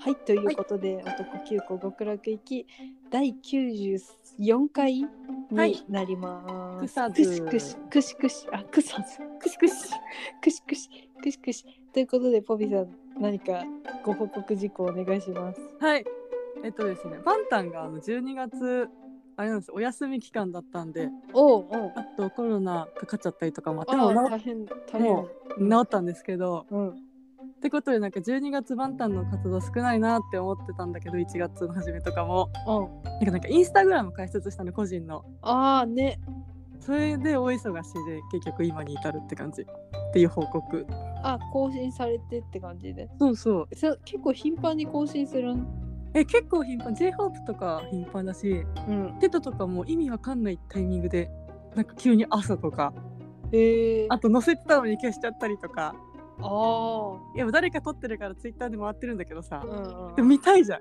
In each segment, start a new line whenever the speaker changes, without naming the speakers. はい、ということで、男九個極楽行き第94回になります。
はい
くしくしくしくしあくさず
くしくし。
くしくしくしくしということでポビさん何かご報告事項お願いします。
はい。えっとですね、バンタンがあの12月、あれなんですよお休み期間だったんで、
おうおう
あとコロナかかっちゃったりとかもあって、
あ
もう
ら
な
大変大変
も。う治ったんですけど、
うん
ってことでなんか12月バンタンの活動少ないなって思ってたんだけど、1月の初めとかも。
うん
なんかなんかインスタグラム開設したの、個人の。
ああね
それで大忙しで、結局今に至るって感じ。っていう報告。
あ更新されてって感じで
そうそう。
そ結構頻繁に更新するん
え、結構頻繁。J-HOPE とか頻繁だし、
うん
テトとかも意味わかんないタイミングでなんか急に朝とか
へえ
あと載せてたのに消しちゃったりとか
ああ
いや誰か撮ってるからツイッターで回ってるんだけどさ
ーうんう
でも
ん
見たいじゃん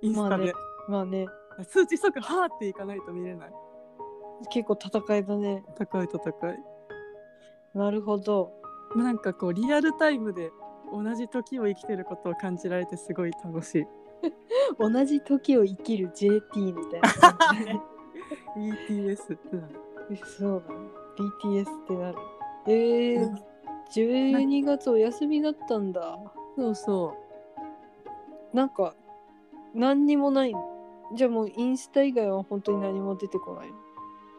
インス
まあ
タで、
ねまあね
数値即はーっていかないと見れない
結構戦いだね
高い戦い
なるほど
まあなんかこうリアルタイムで同じ時を生きてることを感じられてすごい楽しい
同じ時を生きる JT みたいな感じ で
BTS
そうだね BTS ってなるえー、12月お休みだったんだ
そうそ
なんか何にもないじゃあもうインスタ以外は本当に何も出てこないう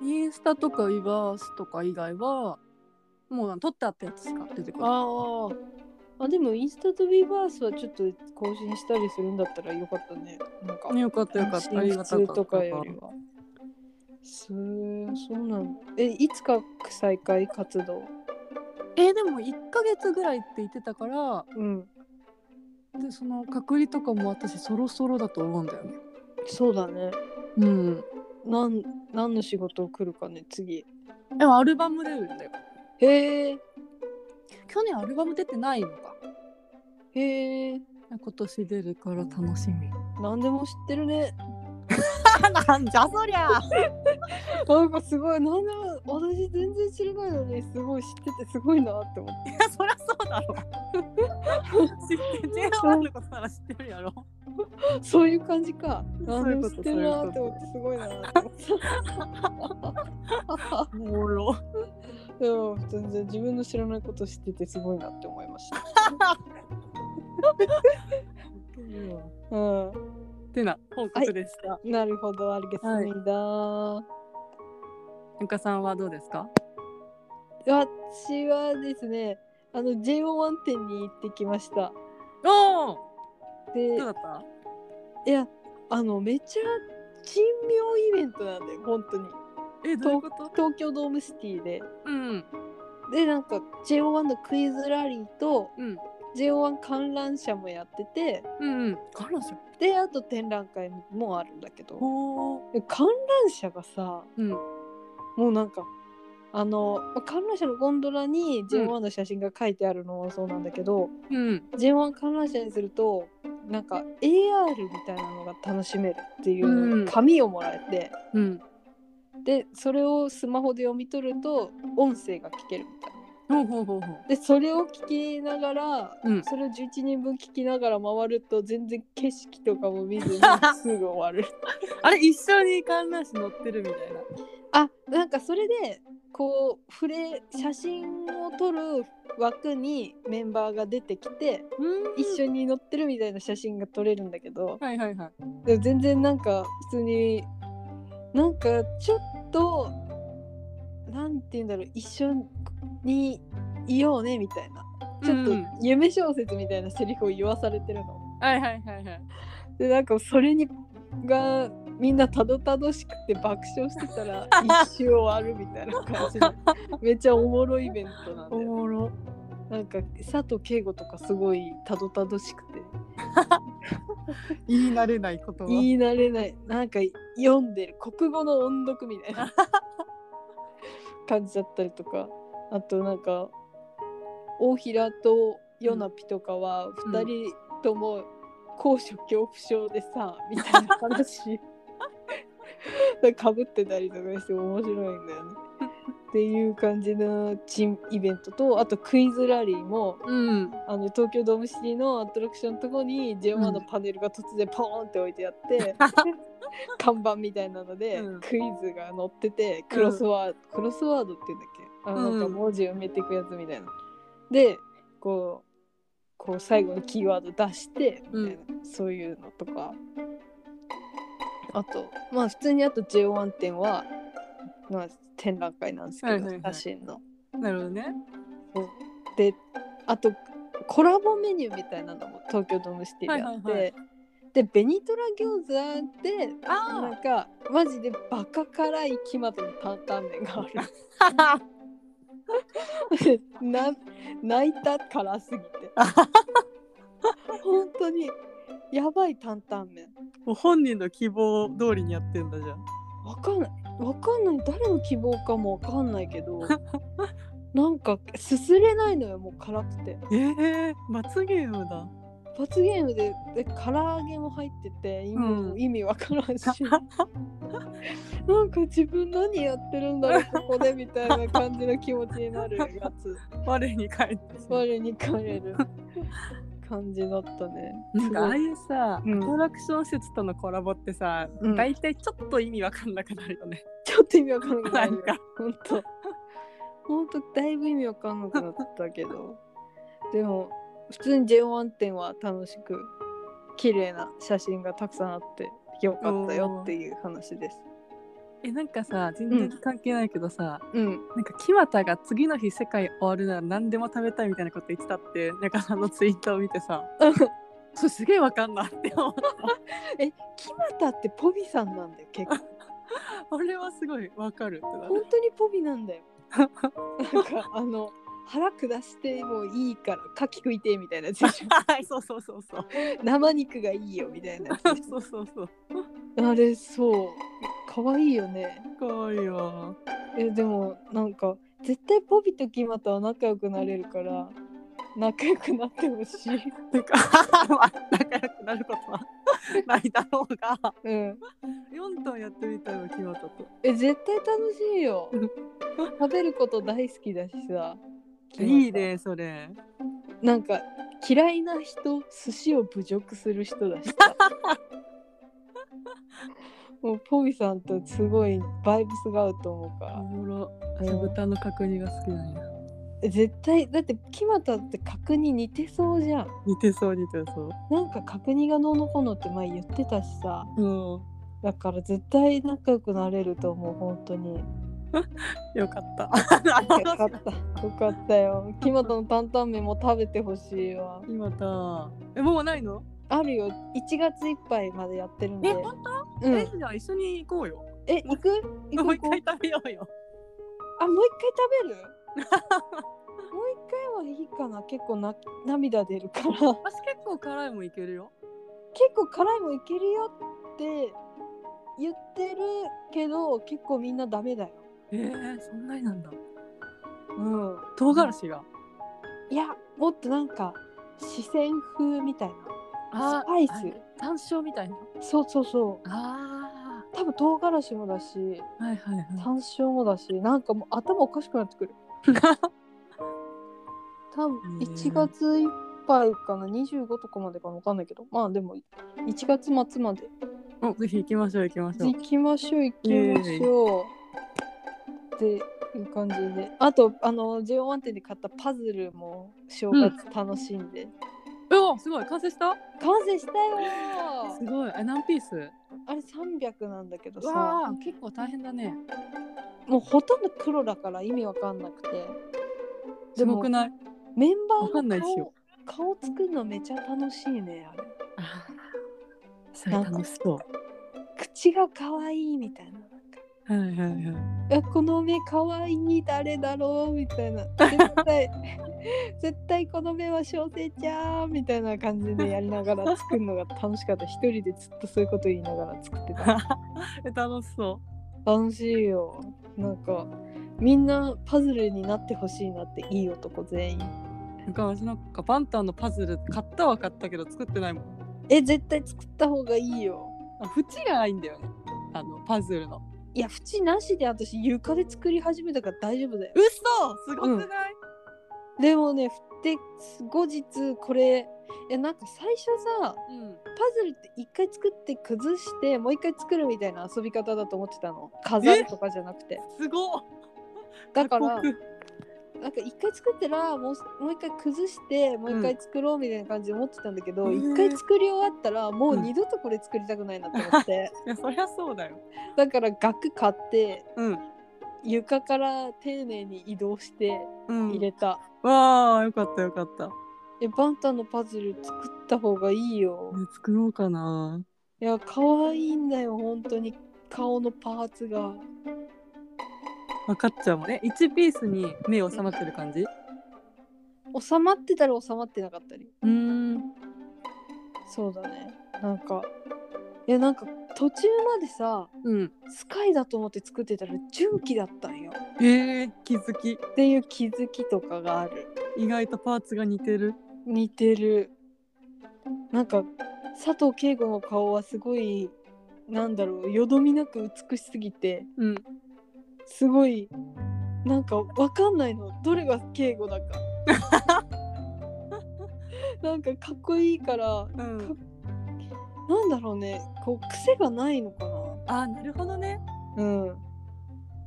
インスタとかリバースとか以外はもう撮ってあったやつしか出てこ
あああでもインスタとビーバースはちょっと更新したりするんだったらよかったねなんか
よかったよかったありがたかった
普通とかよりはすーそうなのえいつか再開活動
えーでも1ヶ月ぐらいって言ってたから
うん
でその隔離とかも私そろそろだと思うんだよね
そうだね
うん
なん何の仕事来るかね次
でもアルバム出るんだよ
へえ
去年アルバム出てないのか
へえ
今年出るから楽しみ
何でも知ってる ね
なんじゃそりゃ
なんかすごい何でも私全然知らないのにすごい知っててすごいなって思って
いやそりゃそうだろ知って JR のことなら知ってるやろ
そういう感じか
そ
何
う
でも
いうこと
知ってるなって思ってすごいなって思って。
おもろ
でも全然自分の知らないこと知っててすごいなって思いました。うん、
てな報告でした、
なるほど、ありがとうみだ。
ゆかさんはどうですか
私はですね、あの JO1 店に行ってきました。
おお
で、
どうだった
いや、あのめっちゃ珍妙イベントなんだよ、本当に。
えどういうこと
東京ドームシティで。
うん
で、なんか JO1 のクイズラリーと
うん
JO1 観覧車もやってて、
うんうん彼女
で、あと展覧会もあるんだけど、
おお
で観覧車がさ、
うん
もうなんかあのまあ観覧車のゴンドラに J1 の写真が書いてあるのもそうなんだけど、
うん、
J1 観覧車にするとなんか AR みたいなのが楽しめるってい
うん
う紙をもらえて、
うん、
でそれをスマホで読み取ると音声が聞けるみたいな。
ほうほうほうほう。
でそれを聞きながら、
うん
それを11人分聞きながら回ると全然景色とかも見ずにすぐ終わる。
あれ一緒に観覧車乗ってるみたいな。
あなんかそれでこう触れ写真を撮る枠にメンバーが出てきて一緒
緒。
に乗ってるみたいな写真が撮れるんだけど
はいはいはい。
でも全然なんか普通になんかちょっとなんて言うんだろう一緒にいようねみたいなちょっと
うん
夢小説みたいなセリフを言わされてるの。
はいはいはいはい。
でなんかそれにがみんなたどたどしくて爆笑してた ら一周終わるみたいな感じでめっちゃおもろいイベントなん
お
で
もろ。
なんか佐藤敬吾とかすごいたどたどしくて
言い慣れないことは。
言い慣れないなんか読んでる国語の音読みたいな 感じだったりとかあとなんか大平とヨナピとかは
うん
2人とも高所恐怖症でさ、みたいな 話かぶってたりとかして面白いんだよね。っていう感じのチームイベントとあとクイズラリーも
うん。
あの東京ドームシティのアトラクションのとこに JO1 のパネルが突然ポーンって置いてあ って、看板みたいなので、
うん
クイズが載っててクロスワード、クロスワードって言うんだっけあの
うん
なんか文字埋めていくやつみたいな。でこうこう最後にキーワード出してみたいな、そういうのとかあとまあ普通にあと JO1 展は、まあ、展覧会なんですけど、
はいはいはい
写真の。
なるほどね。
であとコラボメニューみたいなのも東京ドームシティであって、
はいはいは
でベニトラ餃子でな
あ
んかマジでバカ辛いキマトの担々麺があ
あ。
るな泣いた辛すぎて本当にやばい担々麺
もう本人の希望通りにやってんだじゃん。
わかんないわかんない誰の希望かもわかんないけ どなんかすすれないのよもう辛くて
ええ罰ゲームだ。
罰ゲームでで唐揚げも入ってて意味,、
うん
意味わからんし なんか自分何やってるんだろうここでみたいな感じの気持ちになるや つ
我に返ってしまう。
我に返れる感じだったね
なんかああいうさ、
うん
アトラクション施設とのコラボってさ、
うん
大体ちょっと意味わかんなくなるよね。
ちょっと意味わかんなくなるよ
なんか
ほんとほんとだいぶ意味わかんなくなったけどでも普通に J1 店は楽しく綺麗な写真がたくさんあってよかったよっていう話です
えなんかさ全然関係ないけどさ、
うん
なんか木俣が次の日世界終わるなら何でも食べたいみたいなこと言ってたってなんかあのツイートを見てさ それすげえわかんないって思った
木俣ってポビさんなんだよ結 構
俺はすごいわかるってな
本当にポビなんだ よなんかあの腹下してもいいから牡蠣食いてえみたいなやつで しょ
はいそうそうそうそう
生肉がいいよみたいなやつでし
そうそうそう
ょあれそう可愛いよね
かわいいわ
えでもなんか絶対ポビと木俣は仲良くなれるから仲良くなってほし い
てかまあ仲良くなることはないだろうが
うん
4トンやってみたいの木俣と
え絶対楽しい よ食べること大好きだしさ木俣
いいねそれ
なんか嫌いな人寿司を侮辱する人 だしさもうポビさんとすごいバイブスが合うと思うか
お
ら、
もろ私豚の角煮が好きなんや
絶対だって木俣って角煮似てそうじゃん
似てそう似てそう
なんか角煮がどうのこうのって前言ってたしさ
うん
だから絶対仲良くなれると思う本当に
よかった。
よかったよかったよ木俣の担々麺も食べてほしいわ
今だ。え、もうないの。
あるよ1月いっぱいまでやってるんで
当。
うん、
え、じゃあ、一緒に行こうよ。
え行く行
も
く行
う一
く
回食べようよ。
あもう一回食べるもう一回はいいかな結構な涙出るから結
私、結構辛いもんいけるよ。
構辛いもんいけるよって言ってるけど結構みんなダメだよ
えー、そんなになんだ。
うん
唐辛子が。
いやもっとなんか四川風みたいな
あ
スパイス
あれ山椒みたいな。
そうそうそう
あ
多分唐辛子もだし
あ。はいはいは
山椒もだしなんかもう頭おかしくなってくる多分
うん
1月いっぱいかな25とかまでかなわかんないけどまあでも1月末まで
い。もうぜひ行きましょう、行きましょう
行。きましょう行きましょうっていう感じであとあの JO1 店で買ったパズルも正月楽しんで、
うわ、すごい、完成した。
完成したよ
すごい、え、何ピース。
あれ300なんだけどさ
わあ、結構大変だね。
もうほとんど黒だから意味わかんなくて
すごくない。
メンバ
わか
ー
んない
の
っすよ
顔顔作るのめちゃ楽しいねあれ
あーそれ楽しそう。
口が可愛いみたいななんか
はいはいはい。
えこの目可愛い誰だろうみたいな絶対絶対この目は小生ちゃんみたいな感じでやりながら作るのが楽しかった一人でずっとそういうこと言いながら作ってた
え、楽しそ
楽しいよなんかみんなパズルになってほしいなっていい男全員
う。なんか私なんかバンタンのパズル買ったは買ったけど作ってないもん。
え絶対作った方がいいよ
あ縁がないんだよね。あのパズルの。
いや縁なしで私床で作り始めたから大丈夫だよ
嘘すごくない、
でもね振って後日これいやなんか最初さ
うん
パズルって一回作って崩してもう一回作るみたいな遊び方だと思ってたの飾るとかじゃなくて
すごっ
だから
過酷
なんか一回作ったらもうすもう一回崩してもう一回作ろうみたいな感じで思ってたんだけど
うん
一、回作り終わったらもう二度とこれ作りたくないなと思 って、
いやそりゃそうだよ
だから額買って
うん、
床から丁寧に移動して
うん、
入れた、
わあよかったよかった、
えバンタンのパズル作った方がいいよ、
ね作ろうかない
や可愛いんだよ本当に顔のパーツが
分かっちゃうもんね1ピースに目収まってる感じ
収まってたら収まってなかったり
うん
そうだねなんかいやなんか途中までさ
うん
スカイだと思って作ってたら純喜だったんよ
えー、気づき
っていう気づきとかがある
意外とパーツが似てる
似てるなんか佐藤圭吾の顔はすごいなんだろうよどみなく美しすぎて
うん
すごいなんかわかんないのどれが敬語だかなんかかっこいいから
うん
なんだろうねこう癖がないのか
あなるほどね
なうん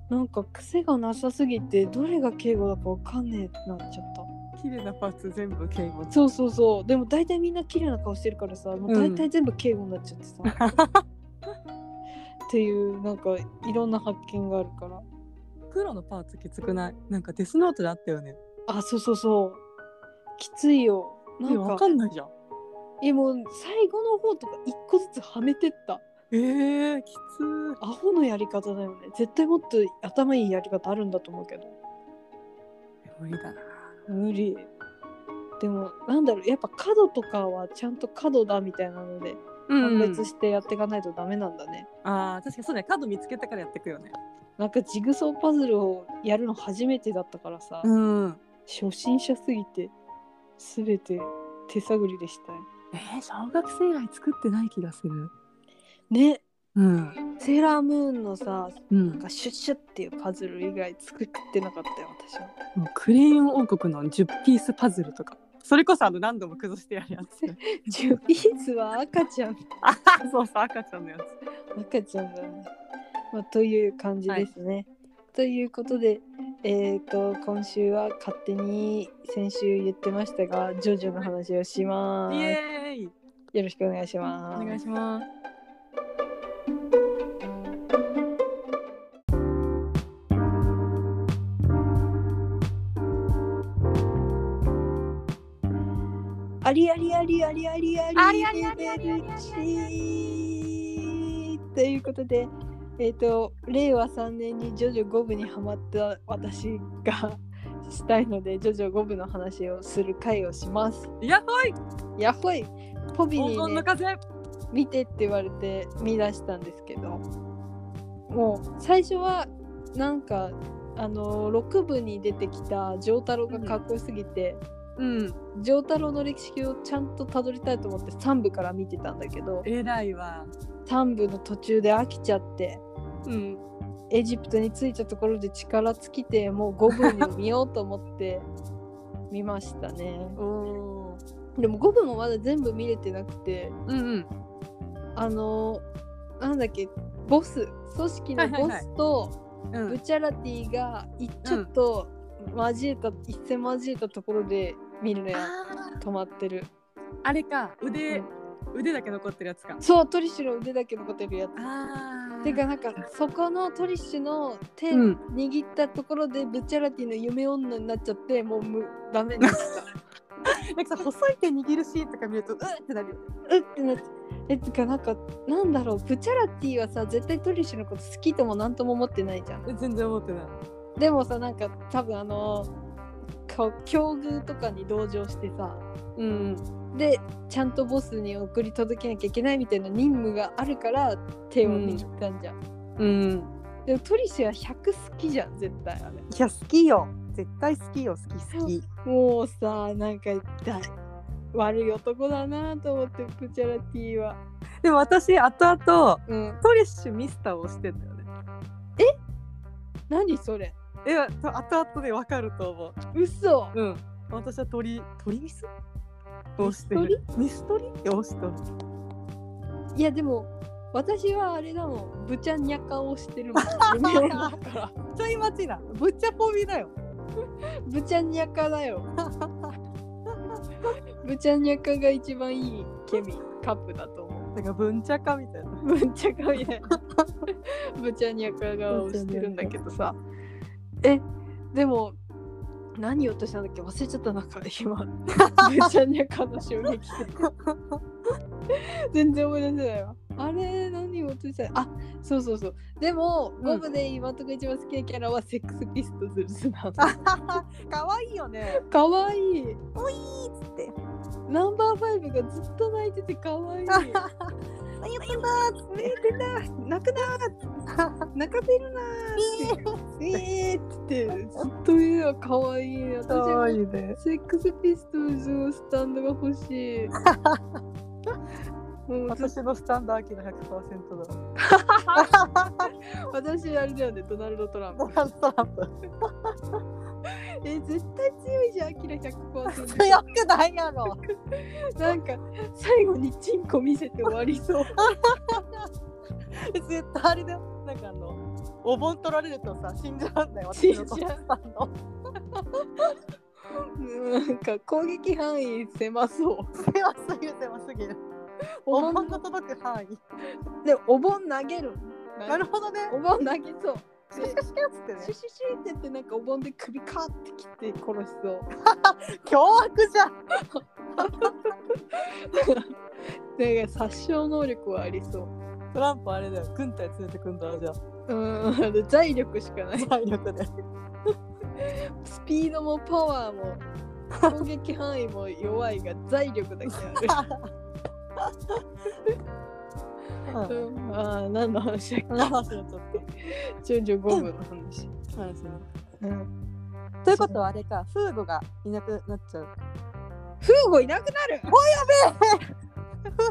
なんか癖がなさすぎてどれが敬語だかわかんねえってなっちゃった
綺麗なパーツ全部敬語
そうそうそうでも大体みんな綺麗な顔してるからさもう大体全部敬語になっちゃってさ、 っていうなんかいろんな発見があるから
黒のパーツきつくないなんかデスノートであったよね
あそうそうそうきついよない
や
ん
わ
か
かんないじゃん
えもう最後の方とか一個ずつはめてった
えー、きつー
アホのやり方だよね絶対もっと頭いいやり方あるんだと思うけど
無理だな
無理でもなんだろうやっぱ角とかはちゃんと角だみたいなので判別してやっていかないとダメなんだね、
あー確かにそうね角見つけたからやってくよね
なんかジグソーパズルをやるの初めてだったからさ、
うん
初心者すぎて全て手探りでしたよ
えー、小学生以来作ってない気がする
ね
うん
セーラームーンのさ
う
なんんかシュッシュッっていうパズル以外作ってなかったよ私 は。
もうクレヨン王国の10ピースパズルとかそれこそあの何度も崩してやるや つ
ジュピースは赤ちゃん。
あそうそう赤ちゃんのやつ
赤ちゃんだね。まあ、という感じですね。ということで、えっ、と、今週は勝手に先週言ってましたが、ジョジョの話をしま
イ
す。
エーイ
よろしくお願いしま
お
す。
願いします
ありありありありありあり
ありありありありあり
ということで、えっ、と、令和3年にジョジョ5部にハマった私がしたいので、ジョジョ5部の話をする回をします。
やっほい
やっほいポビ
黄
に、
金
ね
の、風
見てって言われて見出したんですけど、もう最初はなんか、あの6部に出てきた丈太郎がかっこよすぎて、
うん
丈太郎の歴史をちゃんとたどりたいと思って3部から見てたんだけど
偉いわ
3部の途中で飽きちゃって
うん
エジプトに着いたところで力尽きてもう5部に見ようと思って 見ましたね
おー
でも5部もまだ全部見れてなくて
うんうん
あのーなんだっけボス組織のボスと
う
ブ
ん
チャラティがいちょっと交えた、一線交えたところで見るのや
あ
止まってる
ーあれか腕腕だけ残ってるやつか
そうトリッシュの腕だけ残ってるやつ
あー
てかなんかそこのトリッシュの手
うん
握ったところでブチャラティの夢女になっちゃってもうむダメになっ た
なんかさ細い手握るシーンとか見るとうーってなるよね
うってなってえてかなんかなんだろうブチャラティはさ絶対トリッシュのこと好きとも何とも思ってないじゃん
え全然思ってない
でもさなんか多分あのこう境遇とかに同情してさ
うん
でちゃんとボスに送り届けなきゃいけないみたいな任務があるから手を握ったんじゃん、
うん
でもトリッシュは100好きじゃん絶対あれ
いや好きよ絶対好きよ好き
好きもうさなんかだ悪い男だなと思ってプチャラティは
でも私後々
うん
トリッシュミスターをしてんだよね
何それ
えと後々でわかると思う
嘘
うん私は鳥鳥ミスをしてるミス鳥をしてる
いやでも私はあれだもんぶちゃにゃかをしてるもん 夢の中から
ちょい待ちだぶっちゃぽびだよ
ぶちゃにゃかだ よぶちゃにゃかが一番いいケミカップだと思
なんか文茶かみたいな
うぶっちゃかみたいなぶちゃにゃかがをしてるんだけどさえでも何言おうとしたんだっけ忘れちゃったなんか 今ぶちゃにゃかの衝撃で全然思い出せないわあれ何言おうとしたあそうそうそうでも
うん
ゴムで今んとこ一番好きなキャラはセックスピストズルスなの
可愛いよね
かわいい
おいーっつって
ナンバーファイブがずっと泣いてて可愛い。
泣いてんだー泣いてんだー泣くなー泣かせるな
えーってずっと言うの可愛い。私も
いね
セックスピストルズのスタンドが欲 しい。もうずっ
私のスタンドアキの100%だ
と私あれだよねドナルド・トランプ
ド。ナルドトランプ
え絶対強いじゃんアキラ100%。
強くないやろ
なんか最後にチンコ見せて終わりそう。
絶対あれだよなんかあのお盆取られるとさ死んじゃうんだよ
死ん
私
じゃ
の
う
スタン ド
なんか攻撃範囲狭そう。
狭すぎる狭すぎる
お
お盆
盆
の届く範囲
でお盆投げる。
なるほどね
お盆投げそう。
シュシュシュっつってね
シュシュシュってやってなんかお盆で首カーって切って殺しそう。
凶悪じゃん
だから殺傷能力はありそう。
トランプあれだよ軍隊連れてくんだろじ ゃあ
うーん、 あの財力しかない。
体力で
スピードもパワーも攻撃範囲も弱いが財力だけある。 うん、あー何の話だっ
この話をちょっと
け中女ゴムの話。うん、
ということはあれかフーゴがいなくなっちゃう
フーゴいなくなる
フー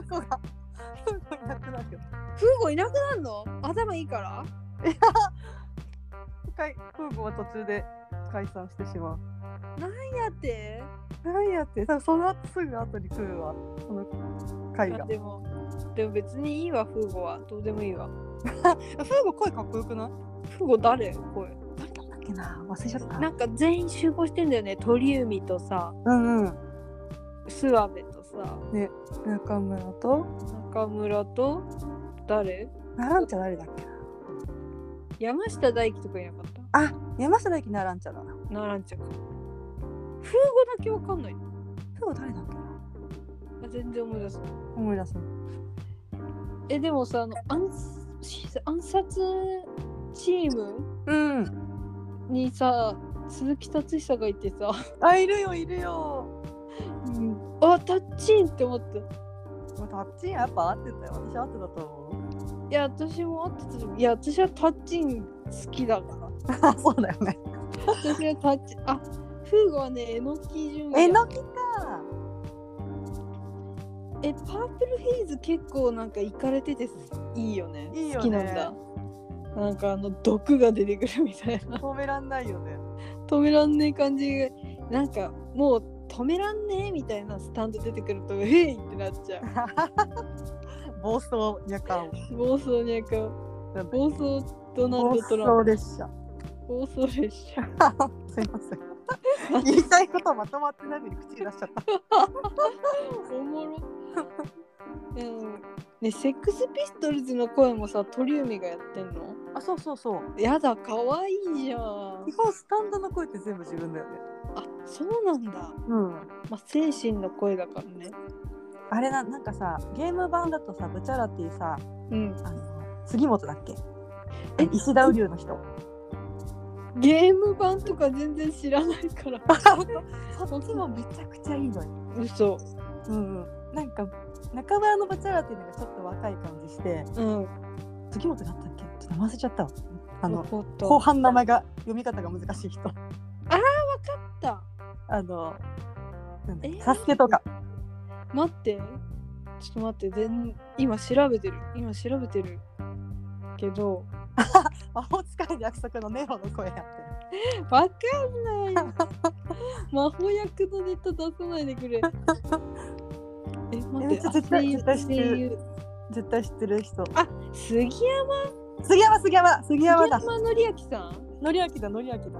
ゴがフーゴいなくなるよ
フーゴいなくなるの頭いいから
一回フーゴは途中で解散してしまう
やって
何やってだからその後すぐ後に来るわその回が
でも、でも別にいいわ、フーゴは。どうでもいいわ。
フーゴ声かっこよくない
フーゴ誰これ。
誰だっけな忘れちゃった
なんか全員集合してんだよね。鳥海とさ、
うんうん
諏訪部とさ、
中村と
中村と誰
ナランチャ誰だっけな
山下大輝とかいなかった
山下大輝ナランチャだな
ならんちゃか。風語だけわかんない。
フーゴ誰だっけな
あ全然思い出す。
思い出す
え、でもさ、あの暗殺暗殺チーム
うん
にさ、鈴木達久がいてさ、
あいるよいるよ
あ、タッチンって思った。い
もうタッチンやっぱ合ってたよ。私合ってたと思 う。
や、私もあってた。いや、私はタッチン好きだから。
あ、そうだよね。
私はタッチン、あ、風語はね、えのき純也
えのきか。
えパープルヘイズ結構なんかいかれてていいよね
いい
好
よね
きなんだなんかあの毒が出てくるみたいな
止めらんないよね。
止めらんねえ感じがなんかもう止めらんねえみたいなスタンド出てくると「へい!」ってなっちゃう
暴走夜間。
暴走にゃか
なんだ
暴走ドナ
暴
ルド・
走
トラン
列車。
プ暴走列車
すいません。言いたいことまとまってないのに口に出しちゃった。
おもろうんねセックスピストルズの声もさ鳥海がやってんの
あ、そうそうそう。
やだかわいいじゃんあ
基本スタンドの声って全部自分だよね。
そうなんだ
うん。
まあ、精神の声だからね。
あれななんかさ、ゲーム版だとさ、ブチャラティさ、
うん。
あの杉本だっけ？
え
石田雨龍の人。
ゲーム版とか全然知らないから。
そっちもめちゃくちゃいいのよ。
嘘。
うんうん、なんか中村のバチャラっていうのがちょっと若い感じして
うん。
杉本だったっけちょっと名前忘れちゃったわあ
あ
の
後
後半名前が読み方が難しい人
だ。
あのなんだ
えー
サスケとか
待って。ちょっと待って。全今調べてる。今調べてる。けど、
魔法使いの約束のネロの声やって
わかんな い。魔法役のネタ出さないでくれ。え、待
め
っ、
ってちゃ
あ
絶対
声優
絶対知ってる
声優
る絶対知ってる人
あ、杉山
杉山杉山杉山だ
杉山紀明さん。
のりあきだのりあきだ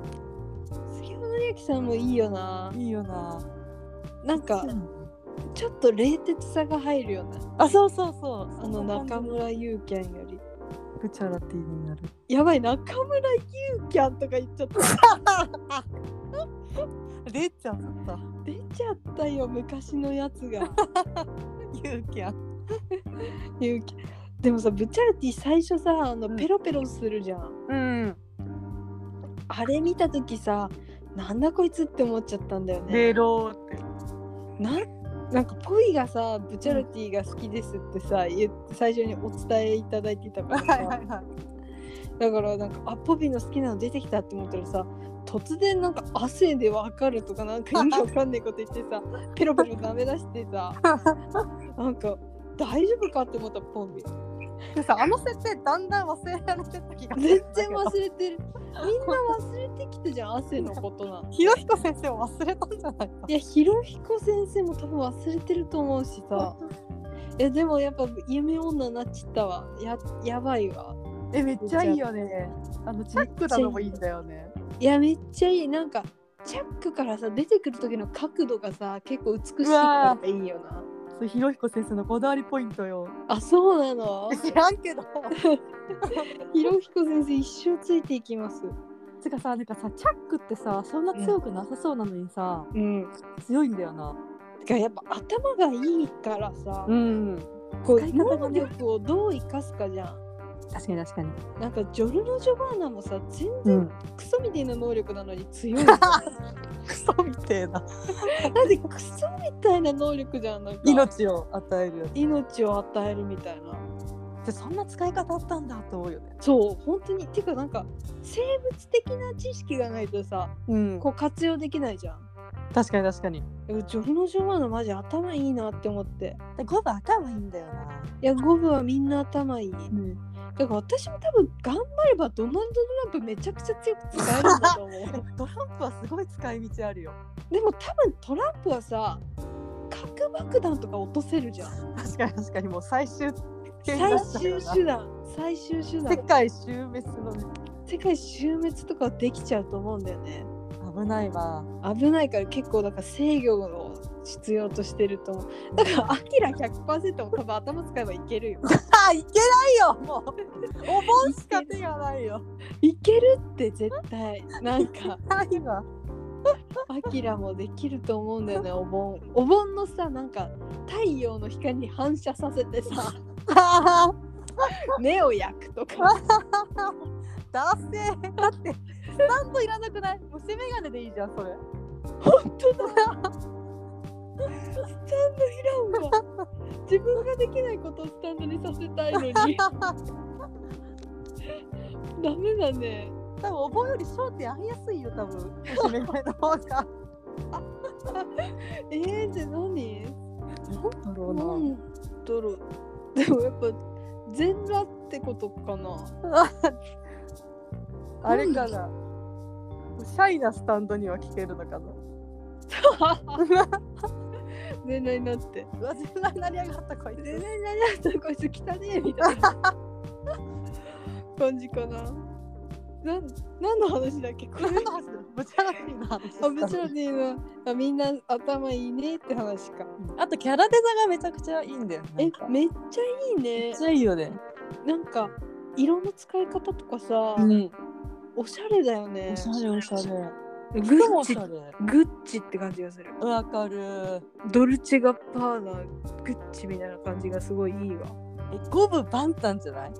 杉山紀明さんもいいよな。
いいよな
なんか、ちょっと冷徹さが入るよね。
あそうそうそう
あの中村優キャンより。
ブチャラティになる
やばい、中村優キャンとか言っちゃった。
出ちゃった
出ちゃったよ、昔のやつ が。
ゆうきゃん
優キャンでもさ、ブチャルティ最初さ、あの
うん
ペロペロするじゃん。
うん
あれ見た時さ、なんだこいつって思っちゃったんだよね。
レローって
ななんかポイがさブチャルティが好きですってさ、言って最初にお伝えいただいてたからさ、
いはい
だからなんかあポビの好きなの出てきたって思ったらさ突然なんか汗でわかるとかなんか意味わかんないこと言ってさペロペロ舐め出してさなんか大丈夫かって思ったポンビ
でさあの設定だんだん忘れられてた気がする
全然忘れてるみんな忘れてきたじゃん汗のことな
ひろひこ先生を忘れたんじゃないか
いやひろひこ先生も多分忘れてると思うしさえでもやっぱ夢女になっちゃったわややばいわ
えめっちゃいいよねあのチャックだのもいいんだよね
いやめっちゃいいなんかチャックからさ出てくる時の角度がさ結構美しいからいいよな
そうひろひこ先生のこだわりポイントよ
あそうなの
知らんけど
ひろひこ先生一生ついていきます
てかさなんかさチャックってさそんな強くなさそうなのにさ、
うん
強いんだよな
てかやっぱ頭がいいからさ、
ん
こう
使い方が
能
ね
力をどう生かすかじゃん
確かに確かに
なんかジョルノ・ジョバーナもさ全
う
然
ん
クソみたいな能力なのに強いじゃんだ
クソみてえな
ってクソみたいな能力じゃんなんか
命を与えるやつ
命を与えるみたいな
でそんな使い方あったんだと思うよね
そう本当にてかなんか生物的な知識がないとさ
うん
こう活用できないじゃん
確かに確かに
でもジョルノ・ジョバーナマジ頭いいなって思って
でゴブ頭いいんだよな、
いやゴブはみんな頭いい
うん、
だから私も多分頑張ればドナルド・トランプめちゃくちゃ強く使えるんだと思 う
トランプはすごい使い道あるよ
でも多分トランプはさ核爆弾とか落とせるじゃん
確かに確かにもう最終手段だよ
最
な
終手段最終手
世
段
界終滅の
世界終滅とかできちゃうと思うんだよね
危ないわ
危ないから結構だから制御を必要としてると思うだからアキラ100%も多分頭使えばいけるよ
あいけないよもうお盆しか手がないよ
いけるって絶対なんか
ないわ
アキラもできると思うんだよねお盆お盆のさなんか太陽の光に反射させて さ
あ
目を焼くとか
ーだせーだってスタンドいらなくない虫眼鏡でいいじゃんそれ
本当だスタンドいらんわ自分ができないことをスタンドにさせたいのに ダメだね
多分お盆より焦点合いやすいよ多分虫眼鏡の方が
えー、じゃあ何
なんだろ
なんだろうでもやっぱ全裸ってことか な
あれかなシャイなスタンドには聞けるのかな
全裸になって
うわ絶対なりやがったこい
全
つ
然何やったこいつ汚ねえみたいな感じかな。なん何の話 だっけこれ
何の話だブチャラティの話
あブチャラティのあみんな頭いいねって話か。
あとキャラデザがめちゃくちゃいいんだよね
えめっちゃいい
め
ね
っ。ちゃいいよね
なんか色の使い方とかさ、
ん
おしゃれだよね
お。しゃれおしゃ
グ
れ服
ッ
もおし
チ
ゃれ
グッチって感じがする。
わかる
ドルチェガッパーナグッチみたいな感じがすごいいいわ。
え五分万端じゃない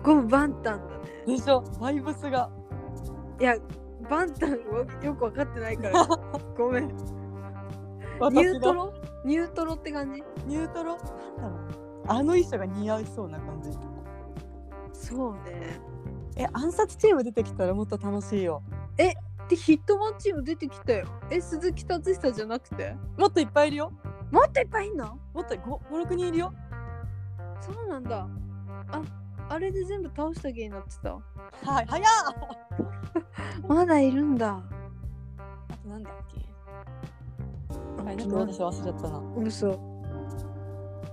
ゴムバンタンだね。
でしょバイブスが
いやバンタンをよく分かってない からごめん。ニュート
ロ
ロニュートロって感じ
ニュートロなんだろうあの衣装が似合いそうな感じ
そうね。
え暗殺チーム出てきたらもっと楽しいよ
でヒットマンチーム出てきたよ。え鈴木達久じゃなくて
もっといっぱいいるよ
もっといっぱいいんの
もっと56人いるよ
そうなんだ。ああれで全部倒した気になってた
はい、早っ
まだいるんだ
あとなんだっけはい、なんか私忘れちゃったな。
嘘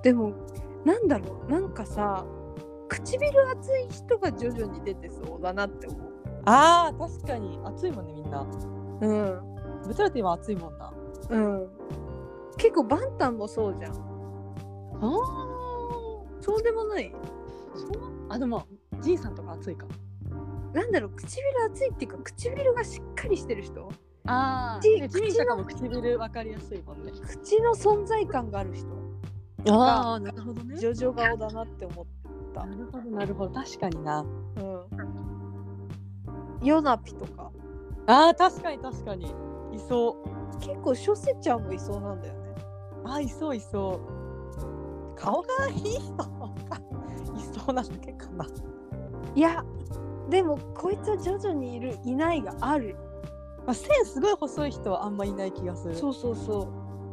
でもなんだろうなんかさ唇熱い人が徐々に出てそうだなって思
あー、確かに。暑いもんね、みんな。
ううん
ブチャラティは暑いもんな。
うん結構バンタンもそうじゃん
あー
そうでもない
そうあ、でも、じいさんとか暑いか。
なんだろう唇熱いっていうか唇がしっかりしてる人
あ
ー
ジミーとかも唇わかりやすいもんね。
口の存在感がある人
あー、なるほどね
ジョジョ顔だなって思っ
なるほど、なるほど。確かにな。
たうんヨナピとか
あー、確かに確かに。いそう。
結構ショセちゃんもいそうなんだよね
あー、いそういそう。顔がいい人がいそうなだけかな。
いやでもこいつは徐々にいるいないがある
まあ、線すごい細い人はあんまいない気がする。
そうそうそ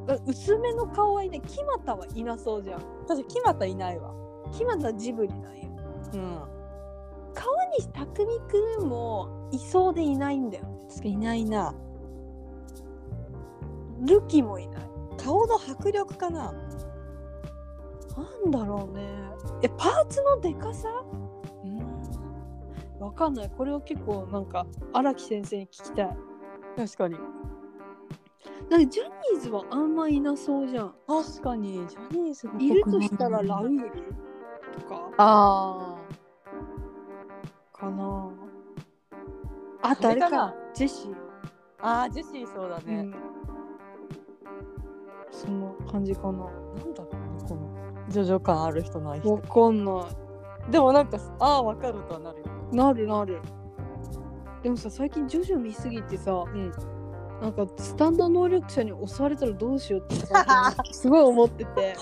うあ薄めの顔はいない木俣はいなそうじゃん
確かに木俣いないわ。
木俣ジブリなんよ
うん。
川西匠くんもいそうでいないんだよね
確かにいないな。
ルキもいない
顔の迫力かな。
なんだろうねえパーツのでかさわかんないこれは結構なんか荒木先生に聞きたい
確かに。
なんかジャニーズはあんまいなそうじゃん
確かに。ジャニーズが
いるとしたらラウ
あ
ールとか
あ
かなあ
そ
とあ
れ
れ
かな
かジェシー
ー。ああ、ジェシーそうだ
う
ね。
ん、そんな感じかな
なんだろうね、この。ジョジョ感ある人ない
わ
人。
かんな
でもなんか、ああ、わかるとはなるよね。
いなるなるでもさ最近徐々に見すぎてさ
うん。
なんかスタンド能力者に襲われたらどうしようってさすごい思ってて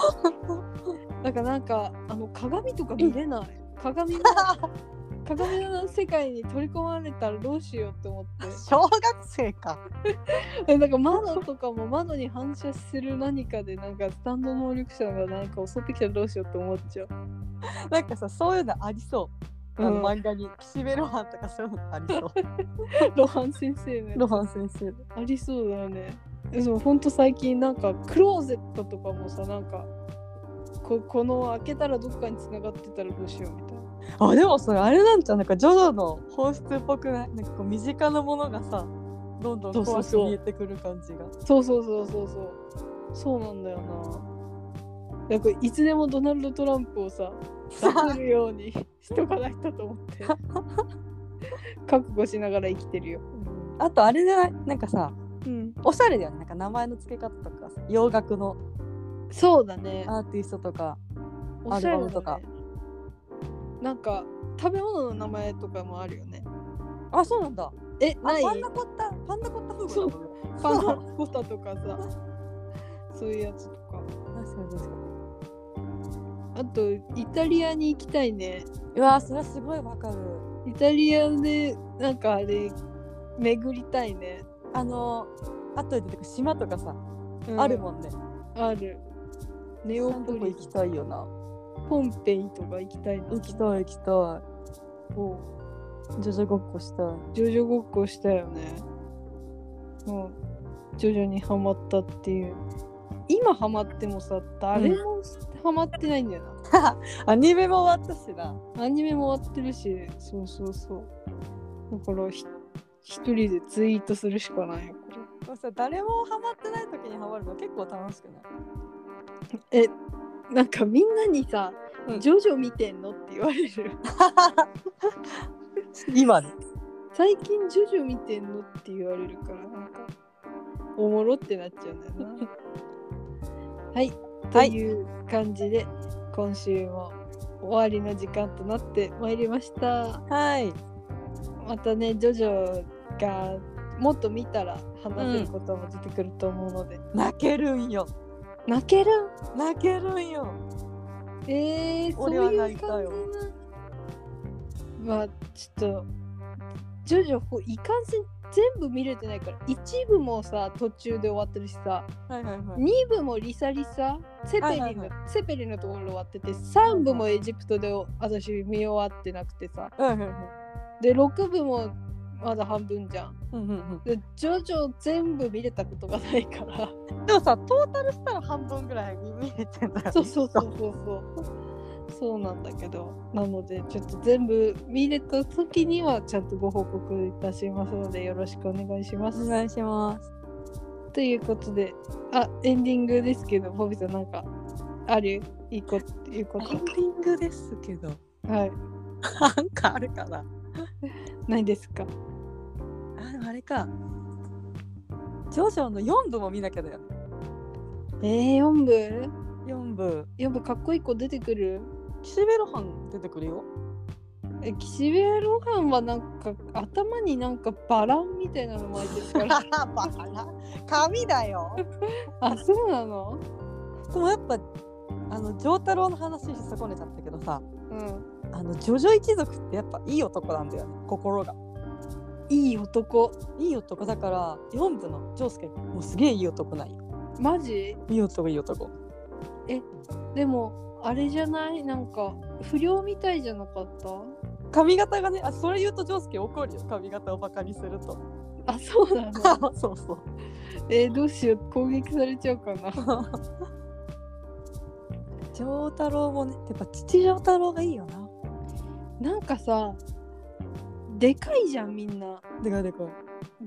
だからなんかあの鏡とか見れない鏡の 鏡の世界に取り込まれたらどうしようって思って
小学生か。
えなんか窓とかも窓に反射する何かでなんかスタンド能力者がなんか襲ってきたらどうしようって思っ ちゃう。
なんかさ、そういうのありそう。あ
う
の
ん
漫画に、岸辺露伴とかそういうのありそう。
露伴先生ね。
露伴先生。
ありそうだよね。でもほんと最近なんかクローゼットとかもさなんかここの開けたらどっかに繋がってたらどうしようみたいな。
あでもそれあれなんじゃうなんかジョジョの本質っぽくないなんかこう身近なものがさどんど
そ
ん
うそ
怖
う
く
そう
見えてくる感じが
そうそうそうそうそう。そうなんだよな。なんかいつでもドナルド・トランプをさ作るよう にしとかないとと思って覚悟しながら生きてるよ。
あとあれじゃないなんかさ
うん、
おしゃれだよねなんか名前の付け方とかさ洋楽の
そうだね。
アーティストとか
おしゃれだね
アルバムとか。
なんか食べ物の名前とかもあるよね。
あそうなんだ
え、
あ
ない
パンナコッタパンナコッタ風
そう
だもんね
パンナコッタとかさ、そういうやつとか。
確かに確かに
あと、イタリアに行きたいね。
うわーそれはすごいわかる
イタリアで、なんかあれ、巡りたいね。
あのあとで出てくる島とかさ、
うん
あるもんね
ある。ネオポ
そういう
リ
とこ行きたいよな
ポンペイとか行きたいな。
行きたい行きた
こ
いジョジョごっこしたいう
ジョジョごっこしたよね。うん。徐々にハマったっていう。今ハマってもさ、誰もハマってないんだよな。
アニメも終わったしな
アニメも終わってるし、そうそうそう。だからひ、一人でツイートするしかないよ、こ
でもさ誰もハマってない時にハマるの結構楽しくない
れ。え、なんかみんなにさ、
うん
ジョジョ見てんのって言われる。
今ね
最近ジョジョ見てんのって言われるから、なんか、おもろってなっちゃうんだよな。はい、と
はい
いう感じで、今週も終わりの時間となってまいりました。
はい
またね、ジョジョがもっと見たら話せることも出てくると思うので、
泣けるんよ
泣ける
泣けるんよ
えー、そう
俺
い
は
う
泣
感
い
じ
た
な
よ
まあちょっと徐々こういかんせん全部見れてないから1部もさ途中で終わってるしさ
はいはいはい。
2部もリサリサセペリンの、
はいはい
セペリンのところで終わってて3部もエジプトで私見終わってなくてさ
はいはいはい。
で6部もまだ半分じゃん
うんうんうん。
で徐々全部見れたことがないから
でもさ、トータルしたら半分ぐらい見れてんだよね。
そうそうそうそうそうそうなんだけどなのでちょっと全部見れた時にはちゃんとご報告いたしますのでよろしくお願いします、
お願いします。
ということであエンディングですけどボビーさんなんかあるいいこというこ
エンディングですけ ど、
とはい
なんかあるかな。
ないですか
あ、でもあれか。ジョジョの4部も見なきゃだよね。
えー、4部
4部。
4部かっこいい子出てくる
岸辺露伴出てくるよ。
え岸辺露伴はなんか頭になんかバランみたいなの巻いてるか ら
バカな。髪だよ。
あそうなの
でもやっぱ、あの、丈太郎の話し損ねちゃったけどさ、
うん
あの、ジョジョ一族ってやっぱいい男なんだよね、心が。
いい男
いい男だから、4部のジョウスケ、もうすげえいい男ないよ。
マジ
いい男、いい男。
でもあれじゃないなんか不良みたいじゃなかった
髪型がねあそれ言うとジョウスケ怒るよ髪型をバカにすると
あそうな の
そうそう
えーどうしよう攻撃されちゃうかな
丈太郎もねやっぱ父丈太郎がいいよな
なんかさでかいじゃんみんな
でかいでかい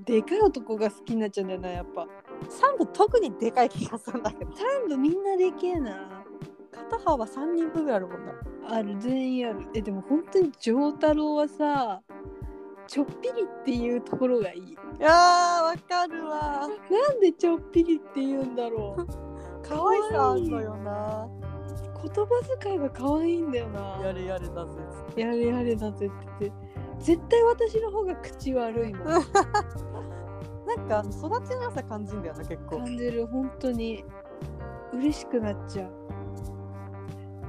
でかい男が好きになっちゃうんだよなやっぱ
3部特にでかい気がするんだけど
全部みんなでけえな
肩幅3人分ぐらいあるもんな
ある全員あるえでも本当に丈太郎はさちょっぴりっていうところがいい
いやーわかる
な
わ
んでちょっぴりって言うんだろ う
可愛さあるのよな
言葉遣いが可愛いんだよな
やれやれだぜ
やれやれだぜって絶対私の方が口悪いもん
なんかあの育ちの良さ感じんだよな結構
感じる本当に嬉しくなっちゃう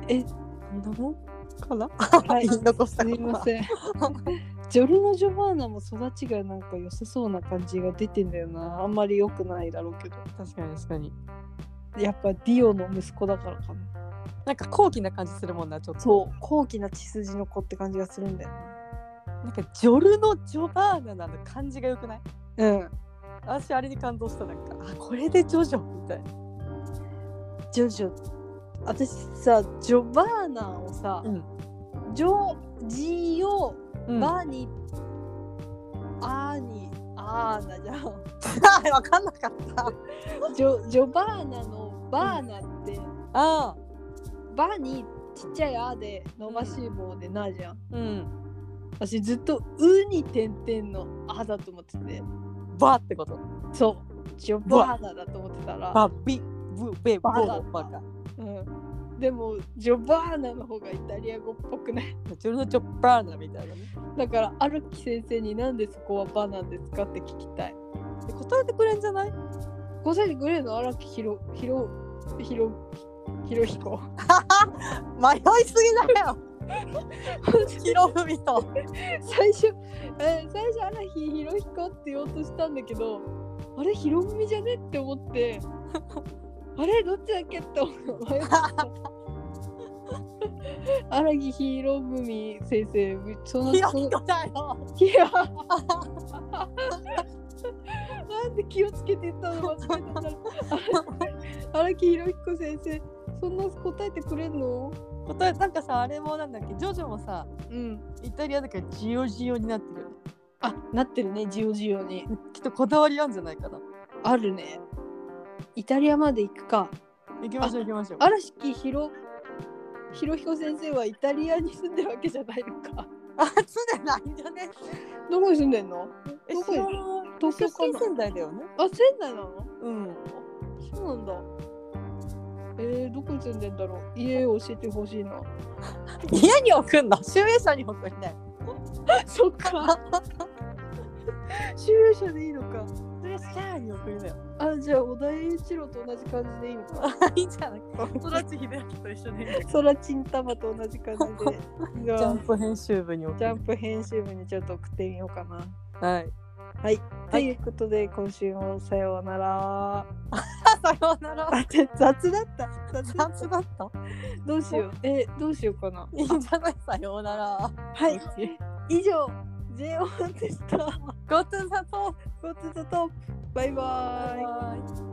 え
こんな もんかな
はい
言い残した
す
こ
い
とは
ません ジョルノ・ジョバーナも育ちがなんか良さそうな感じが出てんだよなあんまり良くないだろうけど
確かに確かに
やっぱディオの息子だからかな
なんか高貴な感じするもんなちょっと
そう高貴な血筋の子って感じがするんだよ
なんかジョルノ・ジョバーナなの感じが良くない
うん
私あれに感動したなんかあこれでジョジョみたいな、
ジョジョ私さジョバーナをさ、ジョジオ
うん
バーニ、アーニアーナじゃん
わかんなかった
ジョジョバーナのバーナって、
あ
バーニちっちゃい「あ」で伸ばし棒で「な」じゃん
うん
私ずっと「う」に点々の「あ」だと思ってて
バーってこと
そうジョバーナだと思ってたら、
バビブベボ
バーだ
ーバカ
うん、でもジョバーナの方がイタリア語っぽくない
ジョルノ・ジョバーナみたいなね
だからあるき先生になんでそこはバなんですかって聞きたい。
で答えてくれんじゃない
5歳グレーの荒木ひろひろひろひろひこ。
迷いすぎだよヒロフミと
最初、えー最初荒木ひろひこって言おうとしたんだけど、あれひろふみじゃねって思って、あれどっちだっけって思う 迷った。荒木ひろふみ先生、その
ヒロ
その
ヒコだよ
いやなんで気をつけて言ったの忘れてたの荒木宏彦先生そんな答えてくれんの
答えなんかさあれもなんだっけジョジョもさ
うん
イタリアだからジオジオになってるよね
あなってるねジオジオに
きっとこだわりあるんじゃないかな
あるねイタリアまで行くか
行きましょう行きましょう
荒木宏宏彦先生はイタリアに住んでるわけじゃないのか
あ、つでないんじゃね。
どこに住んでんの
え、
どこ
東京
東京かな
仙台だよね。
あ仙台なの
うん。
そうなんだえー、どこに住んでんだろう家を教えてほしいな
家に送んの、集英社に送りたい。
そっか。 収容者でいいのか。
集英社に送りなよ。
あ、じゃあ小田栄一郎と同じ感じでいいの か。
いいんじゃない。空知秀明と一緒でいいんだけ
ソラチンタマと同じ感じ で。じ
ど。
ゃ
ジャ
あ
ンプ編集部に送
ジャ
る
ン。プ編集部にちょっと送ってみようかな。
はい。
はい。ということで、今週もさようなら。
さようなら。
あ、て雑だった。雑だっ
夏だった。
た。どうしよう。え、どうしようかな。
いいんじゃない。さようなら。
はい。以上、JO でした。
ごちそうさま。
ごつずと、バイバーイ。
バイバイ